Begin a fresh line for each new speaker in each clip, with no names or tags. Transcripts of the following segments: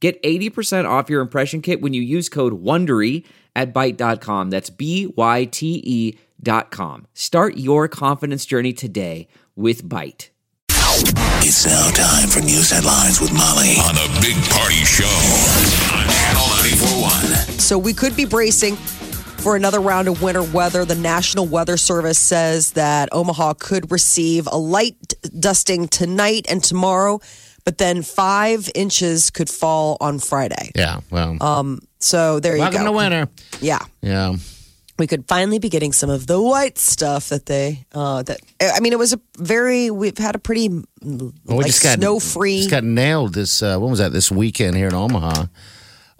Get 80% off your impression kit when you use code WONDERY at Byte.com. That's b y t e dot com. Start your confidence journey today with Byte.
It's now time for news headlines with Molly on the Big Party Show on Channel 941.
So we could be bracing for another round of winter weather. The National Weather Service says that Omaha could receive a light dusting tonight and tomorrow, but then five inches could fall on Friday.
Yeah, well,
So there
welcome
you
to
go.
winter.
yeah.
Yeah,
We could finally be getting some of the white stuff that they, uh, that, I mean, it was a very, we've had a pretty mm,
Well, we
like
just got
snow free.
Just got nailed this. Uh, when was that? This weekend here in Omaha.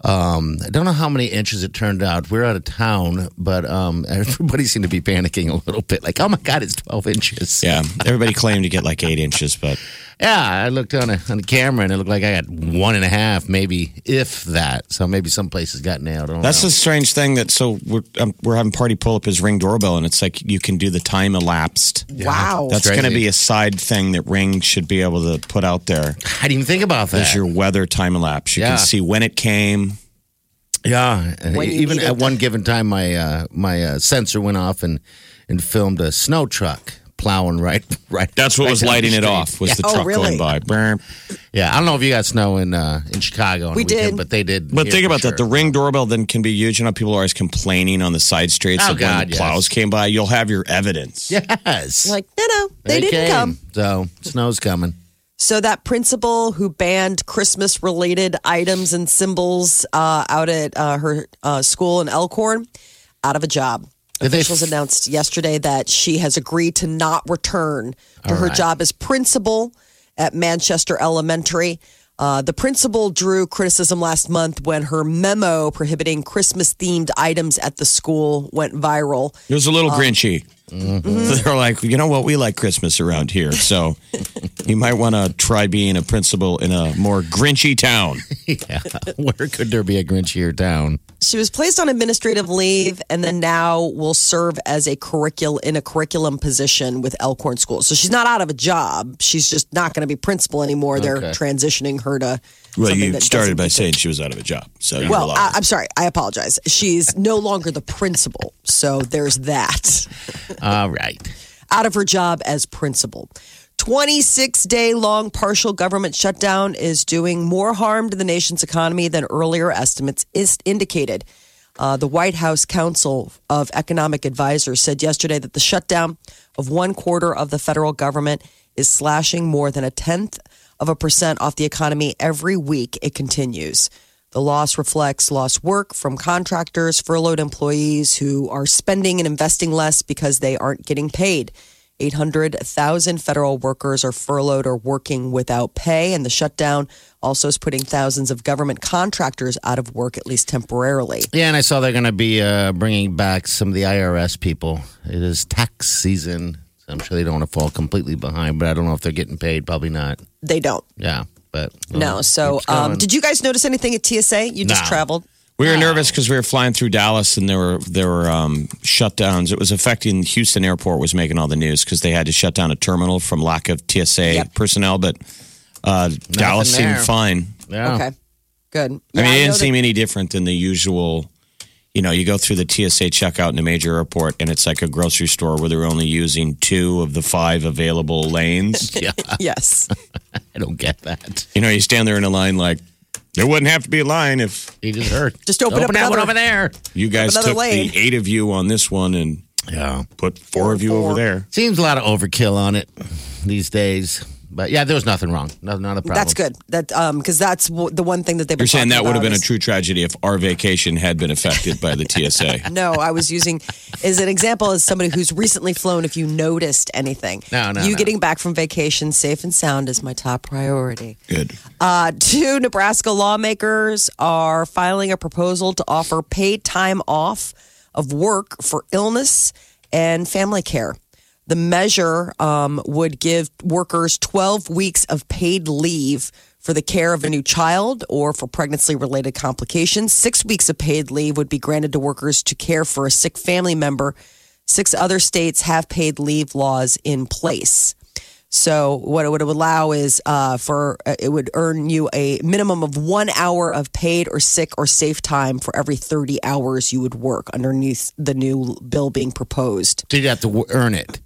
Um, I don't know how many inches it turned out. We're out of town, but um, everybody seemed to be panicking a little bit. Like, oh my god, it's twelve inches.
Yeah, everybody claimed to get like eight inches, but
Yeah, I looked on a, on the camera and it looked like I got one and a half, maybe if that. So maybe some places got nailed. I don't
that's
know.
the strange thing. That so we're um, we're having party pull up his ring doorbell, and it's like you can do the time elapsed.
wow.
That's
Crazy.
going to be a side thing that Ring should be able to put out there
I didn't even think about that.
is your weather time elapse. You
Yeah.
can see when it came.
Yeah, and
When you
even
need
at
it.
one given time, my uh, my uh, sensor went off and and filmed a snow truck plowing right right.
That's what
right
was
down the
lighting it
street.
off was the
Oh,
truck
really?
going by. Brr.
Yeah, I don't know if you got snow in uh, in Chicago. On
We
the weekend,
did.
but they did.
But
here
think
for
about that. The
sure.
ring doorbell then can be huge. You know, people are always complaining on the side streets
Oh,
of when
God,
the plows
yes.
came by. You'll have your evidence.
yes,
Like, no, no, they, didn't
came.
come.
So snow's coming.
So that principal who banned Christmas-related items and symbols uh, out at uh, her uh, school in Elkhorn, out of a job.
Did they
Officials
f-
announced yesterday that she has agreed to not return to her job as principal at Manchester Elementary. Uh, the principal drew criticism last month when her memo prohibiting Christmas themed items at the school went viral.
It was a little
Oh.
grinchy.
Mm-hmm.
They're like, you know what? We like Christmas around here. So you might want to try being a principal in a more grinchy town.
Yeah, where could there be a grinchier town?
She was placed on administrative leave and then now will serve as a curricul in a curriculum position with Elkhorn School. So she's not out of a job. She's just not going to be principal anymore. They're
Okay.
transitioning her to.
Well,
something
you
that
started by
doesn't-
saying she was out of a job. So you
Well,
well,
I, I'm sorry. I apologize. She's no longer the principal. So there's that
All right.
out of her job as principal. 26 day long partial government shutdown is doing more harm to the nation's economy than earlier estimates is indicated. Uh, the White House Council of Economic Advisors said yesterday that the shutdown of one quarter of the federal government is slashing more than a tenth of a percent off the economy every week it continues. The loss reflects lost work from contractors, furloughed employees who are spending and investing less because they aren't getting paid. 800,000 federal workers are furloughed or working without pay, and the shutdown also is putting thousands of government contractors out of work, at least temporarily.
Yeah, and I saw they're going to be uh, bringing back some of the IRS people. It is tax season. So I'm sure they don't want to fall completely behind, but I don't know if they're getting paid. Probably not.
They don't.
Yeah, but
Mm,
uh,
No. So, um, did you guys notice anything at TSA? You just
No.
traveled.
we were nervous because we were flying through Dallas and there were there were um, shutdowns. It was affecting Houston Airport was making all the news because they had to shut down a terminal from lack of TSA
Yep.
personnel. But uh, Dallas
there.
seemed fine.
yeah.
Okay. Good.
I mean, it
know
didn't
that-
seem any different than the usual. You know, you go through the TSA checkout in a major airport, and it's like a grocery store where they're only using two of the five available lanes.
Yeah,
Yes.
I don't get that.
you know, you stand there in a line like there wouldn't have to be a line if
He just heard.
Just open up
that one
another.
over there.
you guys
Another
took
lane.
the eight of you on this one and
Yeah,
put four of you over there.
seems a lot of overkill on it these days. But yeah, there was nothing wrong. No, not a problem.
That's good. That um, because that's w- the one thing that they've.
You're saying that would have been a
true.
true tragedy if our vacation had been affected by the TSA.
No, I was using as an example as somebody who's recently flown. If you noticed anything,
No, no,
you
no.
getting back from vacation safe and sound is my top priority.
Good.
Uh, two Nebraska lawmakers are filing a proposal to offer paid time off of work for illness and family care. The measure um, would give workers 12 weeks of paid leave for the care of a new child or for pregnancy related complications. Six weeks of paid leave would be granted to workers to care for a sick family member. Six other states have paid leave laws in place. So what it would allow is uh, for uh, it would earn you a minimum of one hour of paid or sick or safe time for every thirty hours you would work underneath the new bill being proposed.
Did you have to w- earn it?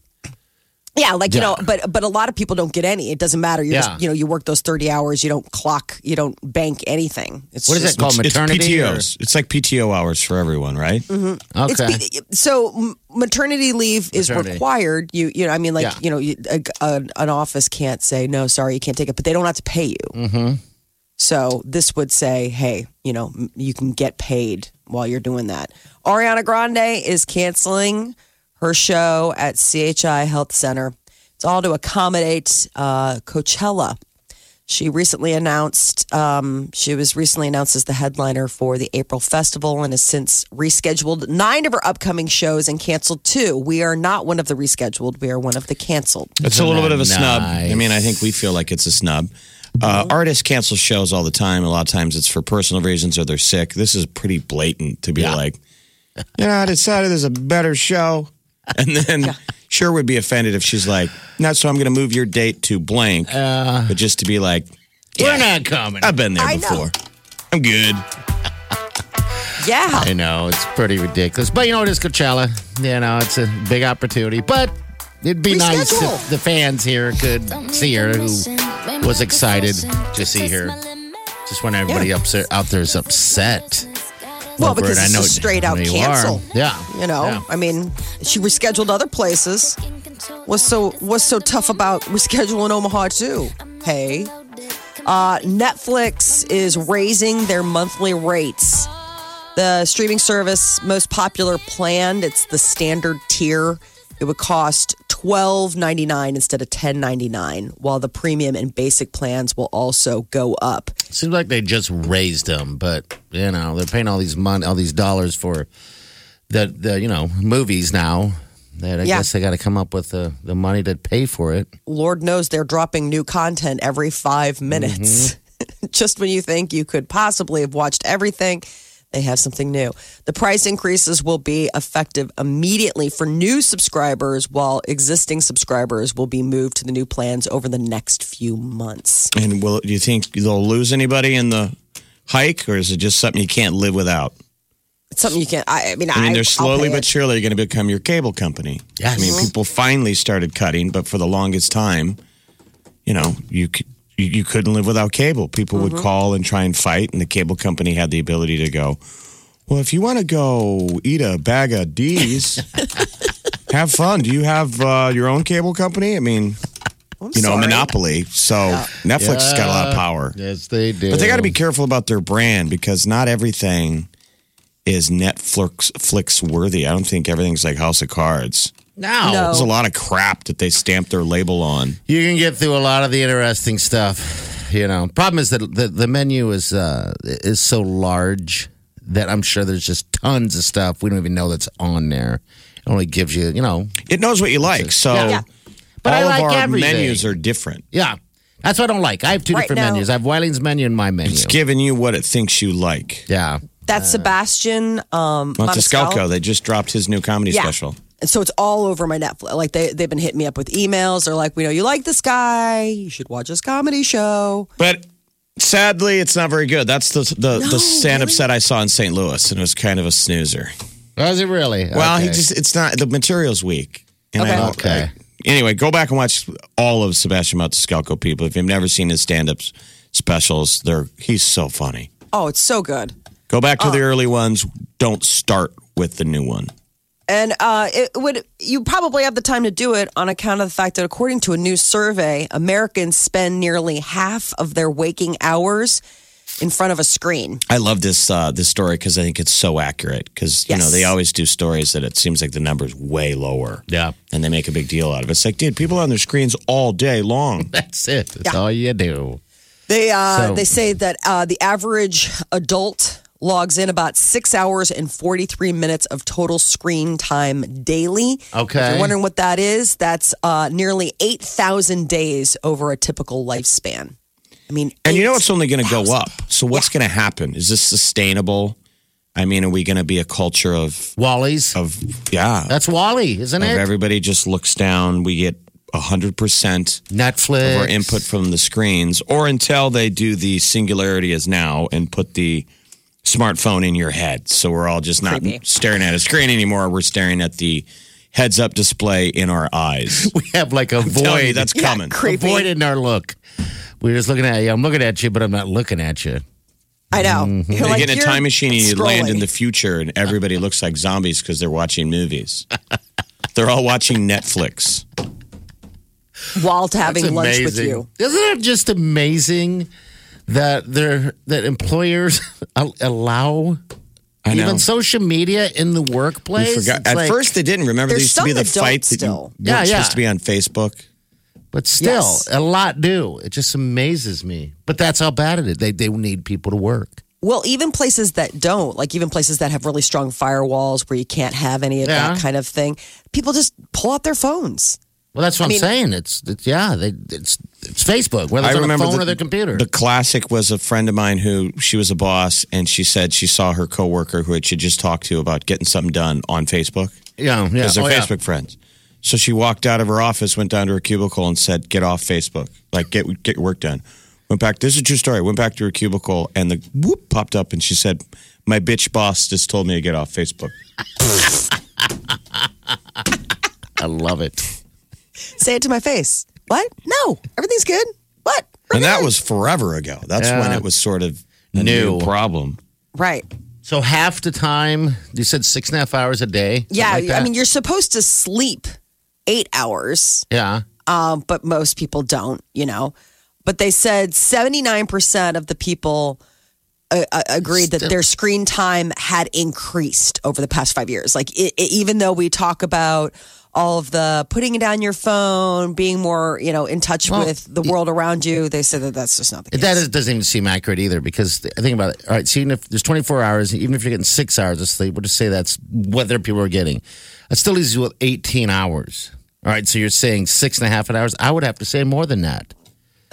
Yeah, like you
Yeah.
know, but but a lot of people don't get any. It doesn't matter. You
Yeah.
just you know you work those thirty hours. You don't clock. You don't bank anything. It's
What is
just,
that called?
It's
Maternity? or-
PTOs. It's like PTO hours for everyone, right?
Mm-hmm. It's
Okay.
be- so m- maternity leave is
Maternity.
required. You you know I mean like
Yeah.
you know you, a, a, an office can't say no sorry you can't take it but they don't have to pay you. Mm-hmm. So this would say hey you know m- you can get paid while you're doing that. Ariana Grande is canceling her show at CHI Health Center. It's all to accommodate uh, Coachella. She recently announced, um, she was recently announced as the headliner for the April festival and has since rescheduled nine of her upcoming shows and canceled two. We are not one of the rescheduled, we are one of the canceled.
It's a little bit of a
Nice.
snub. I mean, I think we feel like it's a snub. Uh, artists cancel shows all the time. A lot of times it's for personal reasons or they're sick. This is pretty blatant to be like, you know, I decided there's a better show. And then sure would be offended if she's like, not so I'm going to move your date to blank, but just to be like,
We're not coming.
I've been there
Uh. I know.
before. I'm good.
Yeah.
I know it's pretty ridiculous, but you know it is Coachella. You know it's a big opportunity, but it'd be nice if
Reschedule.
the fans here could see her, who was excited to see her. Just when everybody
Yeah.
upset, out there is upset.
Well,
over
because
it. I
it's
know
a straight out
you are.
cancel.
Yeah,
You know,
Yeah.
I mean, she rescheduled other places. What's so what's so tough about rescheduling Omaha too? Hey, uh, Netflix is raising their monthly rates. The streaming service most popular plan, it's the standard tier. It would cost twelve ninety nine instead of ten ninety nine, while the premium and basic plans will also go up.
seems like they just raised them, but you know they're paying all these money, all these dollars for the the you know movies now. That I
Yeah.
guess they got to come up with the the money to pay for it.
Lord knows they're dropping new content every five minutes.
Mm-hmm.
Just when you think you could possibly have watched everything, they have something new. The price increases will be effective immediately for new subscribers, while existing subscribers will be moved to the new plans over the next few months.
And will, do you think they'll lose anybody in the hike or is it just something you can't live without?
It's something you can't. I, I mean,
I mean,
I'll
they're slowly
pay it.
but surely going to become your cable company.
Yes.
I mean, people finally started cutting, but for the longest time, you know, you c- you, you couldn't live without cable. People would
Mm-hmm.
call and try and fight, and the cable company had the ability to go. Well, if you want to go eat a bag of D's, have fun. Do you have uh, your own cable company? I mean, you know, a
sorry.
monopoly. So Netflix has got a lot of power.
Yes, they do.
But they got to be careful about their brand because not everything is Netflix flicks worthy. I don't think everything's like House of Cards.
now.
No.
There's a lot of crap that they stamp their label on.
You can get through a lot of the interesting stuff. You know, problem is that the, the menu is uh, is so large that I'm sure there's just tons of stuff we don't even know that's on there. It only gives you, you know,
It knows what you like. So
Yeah. But I
all
like
of our
everything.
menus are different.
yeah. That's what I don't like. I have two
Right
different
now-
menus. I have Wileen's menu and my menu.
It's giving you what it thinks you like.
yeah,
That's Sebastian um,
Montescalco, they just dropped his new comedy
Yeah.
special.
And so it's all over my Netflix. Like they they've been hitting me up with emails. They're like, we know you like this guy. You should watch his comedy show.
But sadly, it's not very good. That's the the, the stand up set I saw in St. Louis, and it was kind of a snoozer.
was it really?
Well, he
Okay.
just it's not the material's weak. And I don't-
Okay.
I- anyway, go back and watch all of Sebastian Maniscalco. People, if you've never seen his stand-up s- specials, they're he's so funny.
Oh, it's so good.
Go back to the early ones. Don't start with the new one.
And uh, it would you probably have the time to do it on account of the fact that according to a new survey, Americans spend nearly half of their waking hours in front of a screen.
I love this uh, this story because I think it's so accurate. Because you know
Yes.
they always do stories that it seems like the numbers way lower.
Yeah.
and they make a big deal out of it. It's like, dude, people are on their screens all day long.
That's it. That's all you do.
They uh,
So-
they say that uh, the average adult logs in about six hours and forty three minutes of total screen time daily. if
Okay.
you're wondering what that is, that's uh, nearly eight thousand days over a typical lifespan. I mean,
And you know
eight-
it's only going to go up. So what's going to happen? Is this sustainable? I mean, are we going to be a culture of
Wally's.
of yeah?
That's Wally, isn't
of
it?
everybody just looks down. We get hundred percent
Netflix.
of our input from the screens, or until they do the singularity as now and put the smartphone in your head. So we're all just not
Creepy.
staring at a screen anymore. We're staring at the heads up display in our eyes.
We have like a
Tell you
void.
that's
Yeah,
coming.
a
creepy.
void in our look. We're just looking at you. I'm looking at you, but I'm not looking at you.
I know.
Mm-hmm.
You're
you
like,
get in a
you're
time machine and you land in
scrolling.
the future, and everybody looks like zombies because they're watching movies. they're all watching Netflix.
while having
It's
lunch with
amazing.
you.
Isn't it just amazing that they're that employers al- allow
I know.
even social media in the workplace?
We forgot.
It's
At
like-
first, they didn't remember. There
There's
used to be
some
the
adults
fight that you
still.
weren't
Yeah, yeah.
supposed to be on Facebook.
but still,
Yes.
a lot do. It just amazes me. But that's how bad it is. They they need people to work.
Well, even places that don't, like even places that have really strong firewalls where you can't have any of
Yeah.
that kind of thing, people just pull out their phones.
Well, that's what I am
mean-
saying. It's, it's yeah. They, it's it's Facebook, whether it's on a phone or their computer.
The classic was a friend of mine who she was a boss, and she said she saw her coworker who had she just talked to about getting something done on Facebook
yeah, yeah.
because
Oh,
they're
yeah.
Facebook friends. So she walked out of her office, went down to her cubicle, and said, "Get off Facebook! Like get get your work done." Went back. This is a true story. Went back to her cubicle, and the whoop popped up, and she said, "My bitch boss just told me to get off Facebook."
I love it.
Say it to my face. What? No, everything's good. What?
And that was forever ago. That's when it was sort of a new
New.
problem.
Right.
So half the time, you said six and a half hours a day. Something
Yeah.
like
I
that?
mean, you're supposed to sleep eight hours,
yeah.
um, but most people don't, you know. But they said 79% of the people uh, uh, agreed that their screen time had increased over the past five years. Like, it, it, even though we talk about all of the putting down your phone, being more, you know, in touch
Well,
with the world around you, they said that that's just not the case.
That is, doesn't even seem accurate either because I think about it. All right, so even if there's 24 hours, even if you're getting six hours of sleep, we'll just say that's what their people are getting. That still leaves you with 18 hours. All right, so you're saying six and a half hours. I would have to say more than that.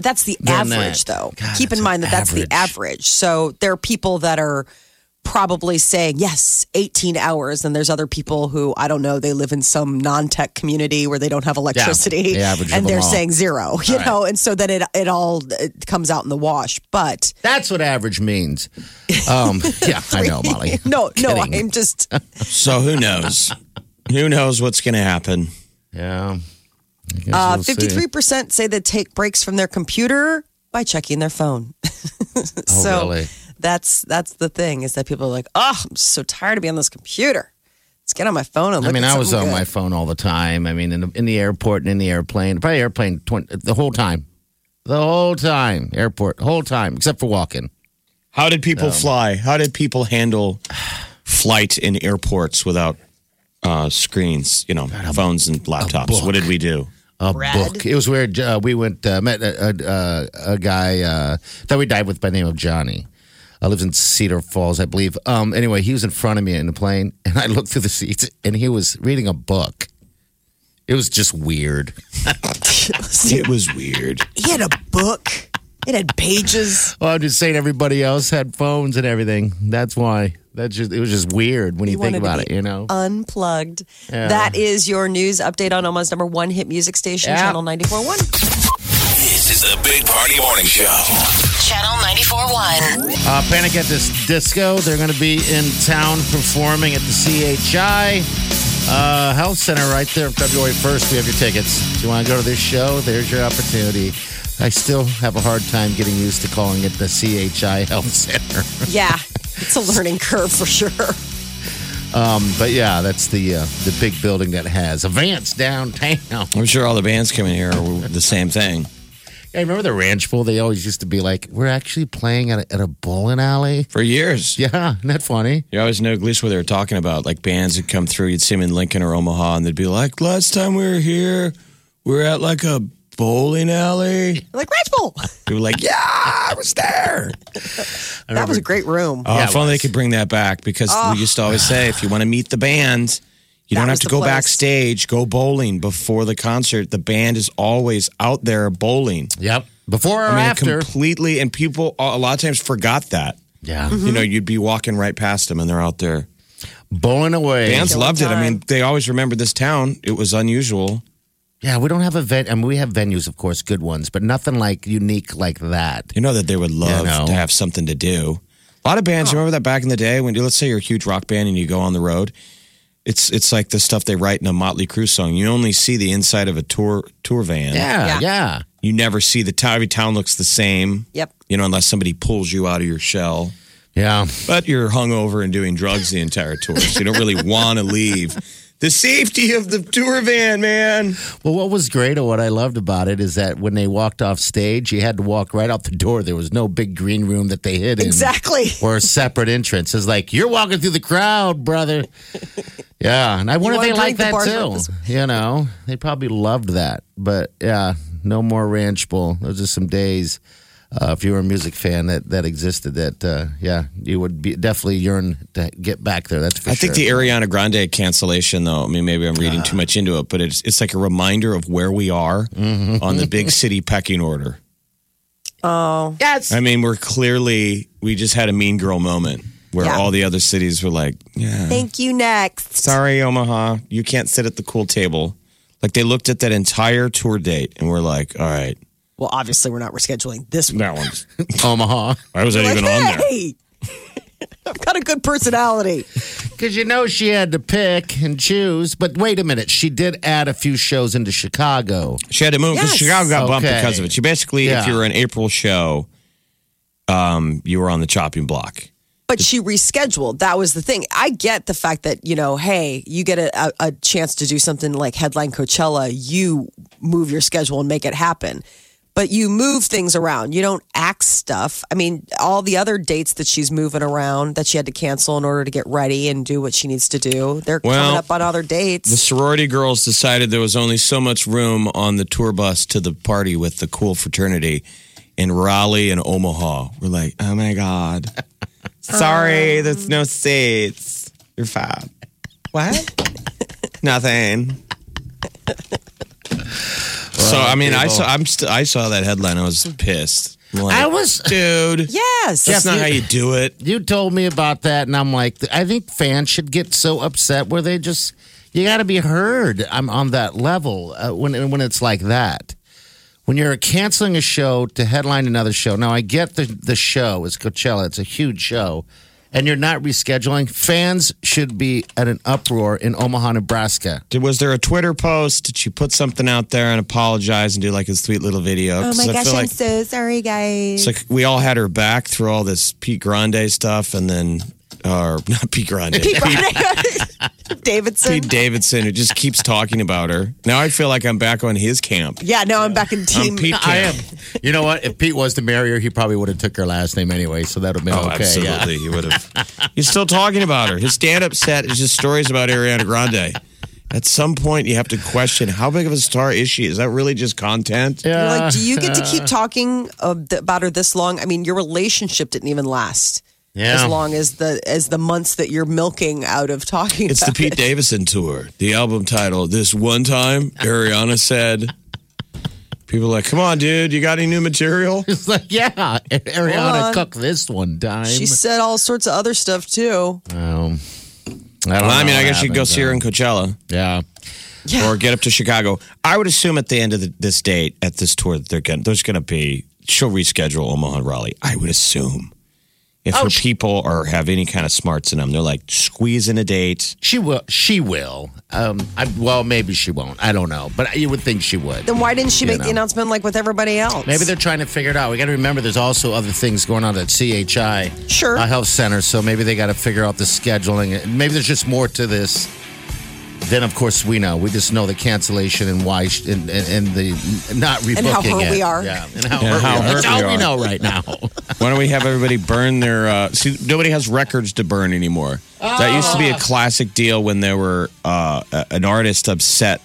That's the
Than
average,
that.
though.
God,
Keep in
that's
mind that
an
that's the average. So there are people that are probably saying, yes, 18 hours. And there's other people who, I don't know, they live in some non tech community where they don't have electricity.
the average of
and
them
they're
all.
saying zero, you know? And so then it, it all it comes out in the wash. But
That's what average means. Um, yeah, I know, Molly.
no, no,
Kidding.
I'm just, uh,
So who knows? who knows what's going to happen?
Yeah. I guess
uh,
we'll see.
53% say they take breaks from their computer by checking their phone.
Oh,
so
really?
that's that's the thing is that people are like, oh, I'm so tired of being on this computer. Let's get on my phone and
I
look
mean,
at
I was on
something
my
good."
phone all the time. I mean, in the, in the airport and in the airplane, probably airplane 20, the whole time, the whole time, airport, whole time, except for walking.
How did people fly? How did people handle flight in airports without uh, screens, you know, phones and laptops? What did we do?
A
Brad?
book. It was weird. Uh, we went uh, met a, a, uh, a guy uh, that we died with by the name of Johnny. I lives in Cedar Falls, I believe. Um, anyway, he was in front of me in the plane, and I looked through the seats, and he was reading a book. It was just weird.
It was weird.
He had a book. It had pages.
Well, I'm just saying, everybody else had phones and everything. That's why. That's just. It was just weird when you, think
wanted to
about
be
it. You know.
Unplugged. That is your news update on Oma's number one hit music station,
Yeah.
Channel 94.1.
This is the Big Party Morning Show.
Channel 94.1.
Uh, Panic at this disco. They're going to be in town performing at the CHI uh, Health Center right there February 1st. We have your tickets. If you want to go to this show, there's your opportunity. I still have a hard time getting used to calling it the CHI Health Center.
Yeah, it's a learning curve for sure.
Um, but yeah, that's the uh, the big building that has Avance downtown.
I'm sure all the bands coming here are the same thing.
I remember the Ranch Bowl. They always used to be like, "We're actually playing at a, at a bowling alley."
For years.
Yeah, isn't that funny?
You always know at least what they were talking about. Like bands would come through, you'd see them in Lincoln or Omaha, and they'd be like, last time we were here, we were at like a bowling alley.
Like Ranch Bowl.
They were like, yeah,
Ah,
I was there.
That was a great room.
Oh,
Yeah,
if
it
only they
was.
could bring that back because we used to always say, if you want to meet the band, you
That
don't have
was
to
the
go
place.
backstage, go bowling before the concert. The band is always out there bowling.
Yep. Before or
I mean, it
after?
completely, and people a a lot of times forgot that.
yeah.
You know, you'd be walking right past them and they're out there.
Bowling away.
Bands
Killing
loved it. I mean, they always remembered this town. It was unusual.
Yeah, we don't have a ven- I mean, we have venues, of course, good ones, but nothing like unique like that.
You know that they would love
know.
to have something to do. A lot of bands, remember that back in the day when, let's say you're a huge rock band and you go on the road, it's it's like the stuff they write in a Motley Crue song. You only see the inside of a tour tour van.
Yeah, yeah.
Yeah.
You never see the town. Every town looks the same.
Yep.
You know, unless somebody pulls you out of your shell.
Yeah.
But you're hungover and doing drugs the entire tour, so you don't really want to leave. The safety of the tour van, man.
Well, what was great or what I loved about it is that when they walked off stage, you had to walk right out the door. There was no big green room that they hid in.
Exactly.
Or a separate entrance. It's like, you're walking through the crowd, brother. Yeah. And I wonder if
wanna
they like
drink the
that
bar
too.
service.
You know, they probably loved that. But yeah, no more Ranch Bowl. Those are some days. Uh, if you were a music fan that, that existed, that uh, yeah, you would be definitely yearn to get back there. That's for
I
sure.
think the Ariana Grande cancellation, though. I mean, maybe I'm reading too much into it, but it's it's like a reminder of where we are
Mm-hmm.
on the big city pecking order.
Oh. Yes.
I mean, we're clearly we just had a mean girl moment where
Yeah.
all the other cities were like, "Yeah,
Thank you. Next.
sorry, Omaha, you can't sit at the cool table." Like they looked at that entire tour date and were like, "All right,
Well, obviously, we're not rescheduling this one.
that one's
Omaha.
why was that even on there?"
Hey, I've got a good personality.
Because you know she had to pick and choose. But wait a minute, she did add a few shows into Chicago.
She had to move because
Yes.
Chicago got bumped
Okay.
because of it. She basically, if
Yeah.
you were an April show, um, you were on the chopping block.
But she rescheduled. That was the thing. I get the fact that, you know, hey, you get a, a, a chance to do something like Headline Coachella, you move your schedule and make it happen. But you move things around. You don't axe stuff. I mean, all the other dates that she's moving around that she had to cancel in order to get ready and do what she needs to do, they're
Well,
coming up on other dates.
The sorority girls decided there was only so much room on the tour bus to the party with the cool fraternity in Raleigh and Omaha. We're like, oh my God. Sorry, there's no seats. You're fab. What? Nothing. so I mean, I saw I'm st- I saw that headline. I was pissed. I'm like,
I was.
dude.
yes.
That's not
you-
how you do it.
You told me about that, and I'm like, I think fans should get so upset where they just you got to be heard. I'm on that level uh, when when it's like that. When you're canceling a show to headline another show. Now I get the the show is Coachella. It's a huge show. And you're not rescheduling. Fans should be at an uproar in Omaha, Nebraska.
Did, was there a Twitter post? Did she put something out there and apologize and do like a sweet little video? Oh my gosh, I feel like,
so sorry, guys.
it's like we all had her back through all this Pete Grande stuff, and then or not Pete Grande, Pete,
Davidson.
Pete Davidson, who just keeps talking about her. Now I feel like I'm back on his camp.
yeah, now I'm back in
I'm
team.
Um, Pete camp.
I am. You know what? If Pete was to marry her, he probably would have took her last name anyway. So that would have been
Oh,
okay. yeah.
absolutely. He would have. He's still talking about her. His stand-up set is just stories about Ariana Grande. At some point, you have to question how big of a star is she? Is that really just content?
You're like, do you get to keep talking of the, about her this long? I mean, your relationship didn't even last
Yeah.
as long as the as the months that you're milking out of talking.
It's the
about
Pete
it.
Davidson tour. The album title, This One Time, Ariana said. People are like, come on, dude, you got any new material?
It's like, yeah, Ariana
Come on.
cook this one time.
She said all sorts of other stuff too.
Um, I, don't
Well, I
know
mean, I
what
guess you could go
happens,
see her in Coachella
uh, Yeah.
or get up to Chicago. I would assume at the end of the, this date, at this tour, that they're gonna, there's going to be, she'll reschedule Omaha and Raleigh. I would assume. If
Oh,
her
sh-
people are have any kind of smarts in them, they're like squeezing a date.
She will. She will. Um, I, well, maybe she won't. I don't know, but you would think she would.
Then why didn't she
You
make the
know.
announcement like with everybody else?
Maybe they're trying to figure it out. We got to remember there's also other things going on at CHI,
Sure.
a health center. So maybe they got to figure out the scheduling. Maybe there's just more to this than, of course, we know. We just know the cancellation and why sh- and, and, and the not rebooking
And how hurt
it.
we are.
Yeah, and how
Yeah,
hurt we
how
are. That's
hurt we
all we
are.
know right now.
Why don't we have everybody burn their? Uh, see, nobody has records to burn anymore. That used to be a classic deal when there were uh, a- an artist upset.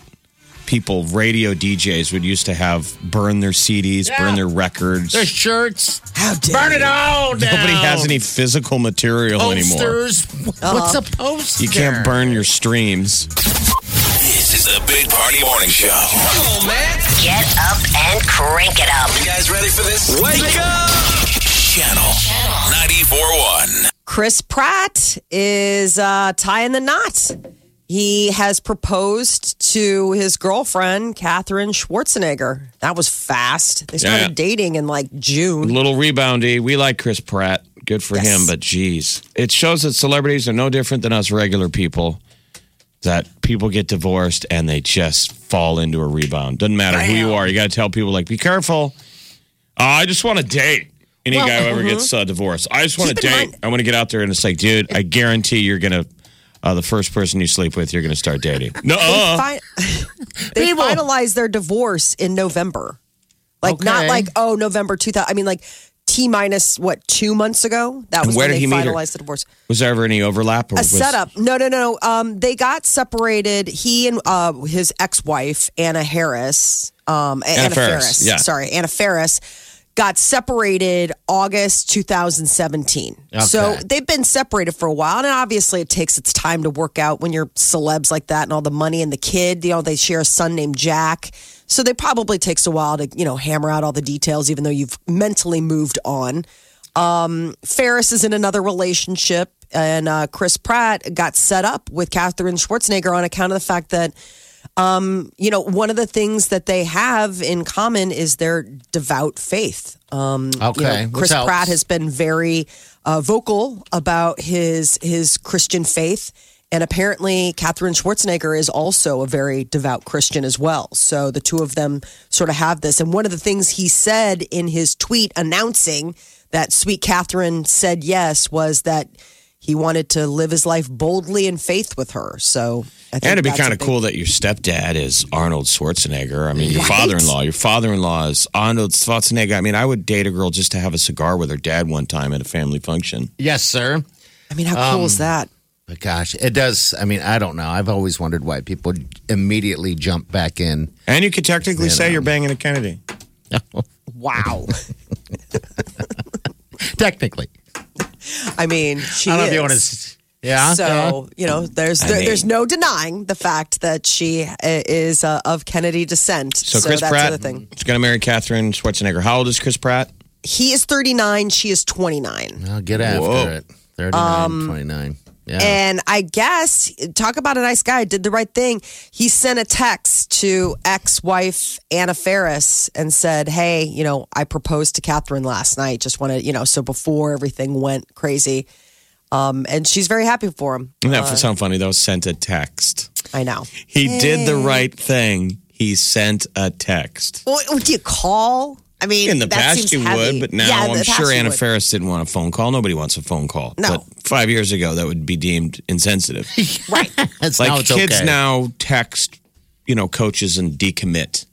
People, radio DJs would used to have burn their CDs, burn their records.
there's shirts.
How dare
Burn it all down.
Nobody has any physical material anymore.
posters.
Uh-huh.
What's a poster?
You can't burn your streams.
This is the Big Party Morning Show.
Get up and crank it up.
You guys ready for this? Wake up! Channel 94.1.
Chris Pratt is uh, tying the knot. He has proposed to his girlfriend, Katherine Schwarzenegger. That was fast. They started
Yeah.
dating in like June.
Little reboundy. We like Chris Pratt. Good for
Yes.
him, but geez. It shows that celebrities are no different than us regular people. That people get divorced and they just fall into a rebound. Doesn't matter who you are. You got to tell people, like, be careful. Uh, I just want to date. Any guy who ever gets uh, divorced, I just want to
mm-hmm. Keep in
date.
mind-
I want to get out there and it's like, dude, I guarantee you're going to, uh, the first person you sleep with, you're going to start dating. No.
Fi- they
People.
finalized their divorce in November. Like, not
Okay.
like, oh, November 2000. I mean, like T minus, what, two months ago? That was
where
when
did
they
he meet her?
finalized the divorce.
Was there ever any overlap? Or
a
was,
setup. No, no, no. Um, they got separated. He and uh, his ex-wife Anna Harris, um, Anna,
Faris,
Ferris.
yeah.
Sorry, Anna Ferris got separated August 2017. So
Okay.
they've been separated for a while, and obviously it takes its time to work out when you're celebs like that and all the money and the kid. You know, they share a son named Jack. So they probably takes a while to, you know, hammer out all the details, even though you've mentally moved on. Ferris is in another relationship, and uh, Chris Pratt got set up with Katherine Schwarzenegger on account of the fact that, um, you know, one of the things that they have in common is their devout faith. Um, you know,
Okay, which
Chris
helps.
Pratt has been very uh, vocal about his his Christian faith. And apparently, Katherine Schwarzenegger is also a very devout Christian as well. So the two of them sort of have this. And one of the things he said in his tweet announcing that sweet Catherine said yes was that he wanted to live his life boldly in faith with her. So I think
And it'd be
that's a
kind of
big-
cool that your stepdad is Arnold Schwarzenegger. I mean, your father-in-law, your father-in-law is Arnold Schwarzenegger. I mean, I would date a girl just to have a cigar with her dad one time at a family function.
Yes, sir.
I mean, how cool
Um,
is that?
But gosh, it does. I mean, I don't know. I've always wondered why people immediately jump back in.
And you could technically say you're banging a Kennedy.
Wow.
Technically,
I mean, she
I don't know if you
is.
want to. Yeah.
So you know, there's there,
Uh-huh. mean-
there's no denying the fact that she uh, is uh, of Kennedy descent.
So, Chris
that's
Pratt
the thing.
is going to marry Catherine Schwarzenegger. How old is Chris Pratt?
He is 39, she is 29.
I'll get after
Whoa.
it. 39, 29. Yeah.
Um, And I guess, talk about a nice guy, did the right thing. He sent a text to ex wife Anna Ferris and said, Hey, you know, I proposed to Catherine last night. Just want to, you know, so before everything went crazy. Um, and she's very happy for him.
Doesn't that sound funny though? Sent a text.
I know.
He did the right thing. He sent a text.
Well, do you call? I mean,
In the
that
past,
seems
you
heavy.
would, but now
Yeah, in
I'm
the past
sure
you
Anna
would.
Ferris didn't want a phone call. Nobody wants a phone call.
No.
But five years ago, that would be deemed insensitive.
That's
like
now it's
kids
okay.
now text you know coaches and decommit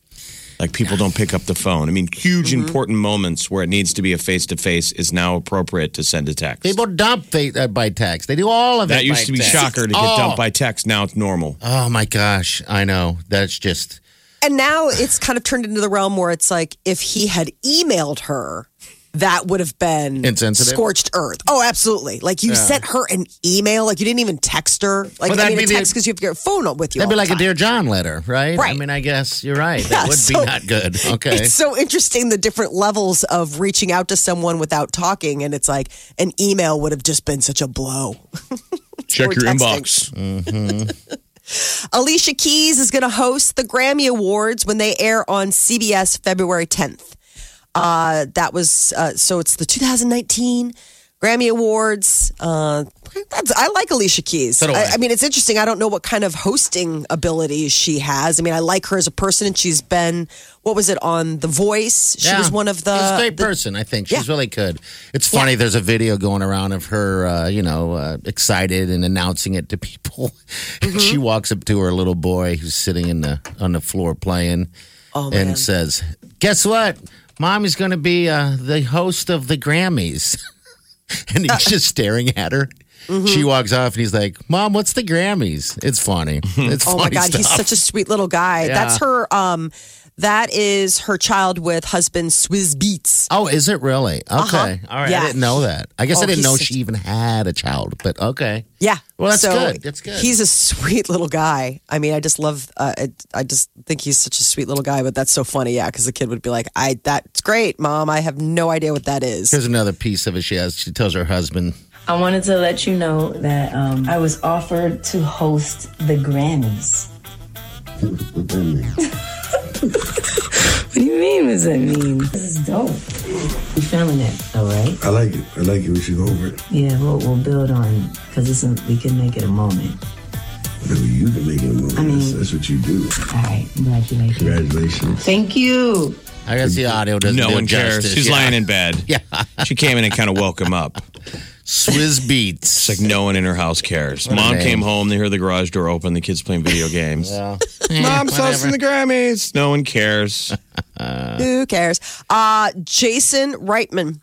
like people don't pick up the phone i mean huge
Mm-hmm.
important moments where it needs to be a face-to-face is now appropriate to send a text
People dump they, uh, by text. They do all of it.
that used
by
to be
text.
shocker to get
oh.
dumped by text now it's normal
Oh my gosh, I know. That's just.
And now it's kind of turned into the realm where it's like if he had emailed her, that would have been
Insensitive?
scorched earth. Oh, absolutely! Like you sent her an email, like you didn't even text her. Like
Well,
I
that'd
mean, a
be the-
text because you have your phone up with you.
That'd be
all
like
the time.
a Dear John letter, right? I
Right.
mean, I guess you're right.
Yeah,
that would
so-
be not good. Okay.
It's so interesting the different levels of reaching out to someone without talking, and it's like an email would have just been such a blow.
check
Or your texting. Alicia Keys is going to host the Grammy Awards when they air on CBS February 10th. Uh, that was uh, so it's the 2019 Grammy Awards. Uh, that's, I like Alicia Keys.
So do I.
I mean, it's interesting. I don't know what kind of hosting ability she has. I mean, I like her as a person, and she's been what was it on The Voice? She was one of the.
She's a great
the-
person, I think. She's
Yeah.
really good. It's funny. There's a video going around of her, uh, you know, uh, excited and announcing it to people.
Mm-hmm.
And she walks up to her little boy who's sitting in the on the floor playing, and
Oh, man.
says, "Guess what? Mommy's going to be uh, the host of the Grammys." and he's just staring at her.
Mm-hmm.
She walks off and he's like, "Mom, what's the Grammys?" It's funny. It's
Oh my
funny
God, he's
stuff.
such a sweet little guy.
Yeah.
That's her. Um, that is her child with husband Swizz Beats.
Oh, is it really? Okay. All right. I
Yeah.
didn't know that. I guess
Uh-huh.
I
Oh,
didn't
he's
know
such-
she even had a child, but okay.
Yeah.
Well, that's
so
good. That's good.
He's a sweet little guy. I mean, I just love. Uh, I, I just think he's such a sweet little guy. But that's so funny, yeah. Because the kid would be like, "I that's great, mom. I have no idea what that is."
Here's another piece of it she has. She tells her husband,
I wanted to let you know that um, I was offered to host the Grammys. what do you mean? What does that mean? This is dope. You feeling it, all right?
I like it. I like it. We should go over it.
Yeah, we'll, we'll build on because it's a, we can make it a moment.
I mean, you can make it a movie. that's, that's what you do.
All right, I'm glad you made it.
Congratulations.
Thank you.
I guess the audio doesn't
No
do it
one cares.
justice.
She's
Yeah.
lying in bed. Yeah. She came in and kind of woke him up.
Swizz Beats.
It's like no one in her house cares.
a
Mom
name.
came home. They heard the garage door open. The kids playing video games. Mom's hosting the Grammys. No one cares.
Who cares? Uh, Jason Reitman.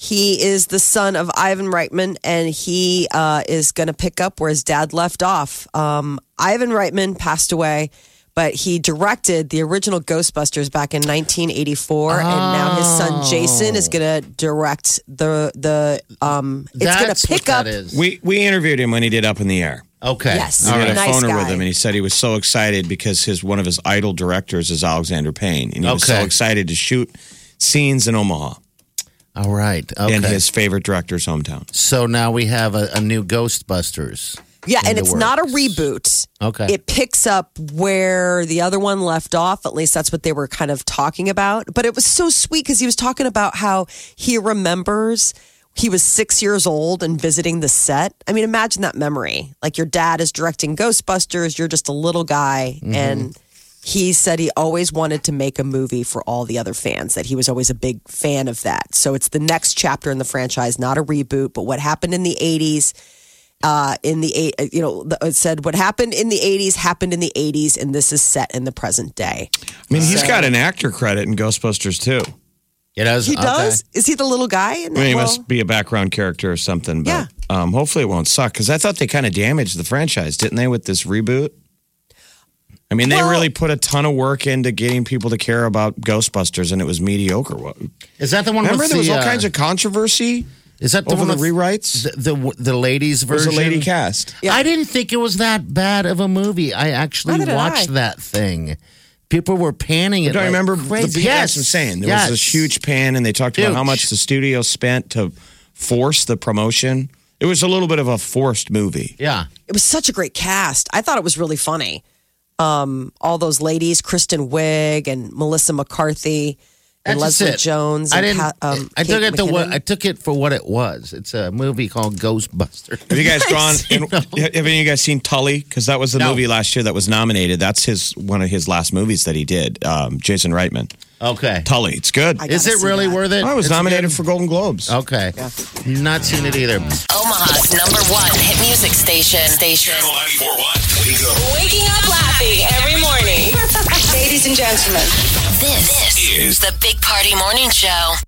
He is the son of Ivan Reitman, and he uh, is going to pick up where his dad left off. Um, Ivan Reitman passed away, but he directed the original Ghostbusters back in 1984, and now his son Jason
Oh.
is going to direct the the. Um, it's going
That's
to pick
what
up.
that is.
We we interviewed him when he did Up in the Air.
okay.
Yes.
We
All
had a
right.
Nice
phoner
guy.
with him, and he said he was so excited because his one of his idol directors is Alexander Payne, and he was so
Okay.
excited to shoot scenes in Omaha
All right. Okay.
in his favorite director's hometown.
so now we have a, a new Ghostbusters.
Yeah, and
the
it's not a
works.
reboot.
Okay.
It picks up where the other one left off. At least that's what they were kind of talking about. But it was so sweet because he was talking about how he remembers he was six years old and visiting the set. I mean, imagine that memory. Like your dad is directing Ghostbusters, you're just a little guy.
Mm-hmm.
And he said he always wanted to make a movie for all the other fans, that he was always a big fan of that. So it's the next chapter in the franchise, not a reboot, but what happened in the 80s uh, in the eight, uh, you know, the- it said what happened in the 80s happened in the 80s, and this is set in the present day.
I mean, he's got an actor credit in Ghostbusters too.
It does.
He
okay.
does? Is he the little guy? In
I mean,
that?
he
Well,
must be a background character or something. But
Yeah.
um, hopefully, it won't suck because I thought they kind of damaged the franchise, didn't they, with this reboot? I mean, they
Well-
really put a ton of work into getting people to care about Ghostbusters, and it was mediocre. What-
Is that the one?
Remember,
with
there was
the,
all
uh,
kinds of controversy
Is that the
over
one
the
with
rewrites.
The, the the ladies
It was
version.
a lady cast.
I didn't think it was that bad of a movie. I actually
Neither did
watched
I.
that thing. People were panning it.
Do I
like
remember the
crazy.
beat? That's what I'm saying. There
yes.
was this huge pan, and they talked about how much
Huge.
the studio spent to force the promotion. It was a little bit of a forced movie.
Yeah.
it was such a great cast. I thought it was really funny. Um, all those ladies, Kristen Wiig and Melissa McCarthy and
That's
Leslie
it.
Jones.
I
And
didn't.
Ka- um,
I took
Kate
it the what
McKinnon.
I took it for what it was. It's a movie called Ghostbusters.
Have you guys gone? and- have any of you guys seen Tully? Because that was the
No.
movie last year that was nominated. That's his one of his last movies that he did. Um, Jason Reitman,
Okay.
Tully. It's good. I,
gotta
Is it
see
really
that.
worth it?
was
It's
nominated for Golden Globes.
good? Okay. Not seen it either.
Omaha's number one hit music station. Station.
Wake up.
Waking up laughing every morning. Ladies and gentlemen.
This,
Is
is the Big Party Morning Show.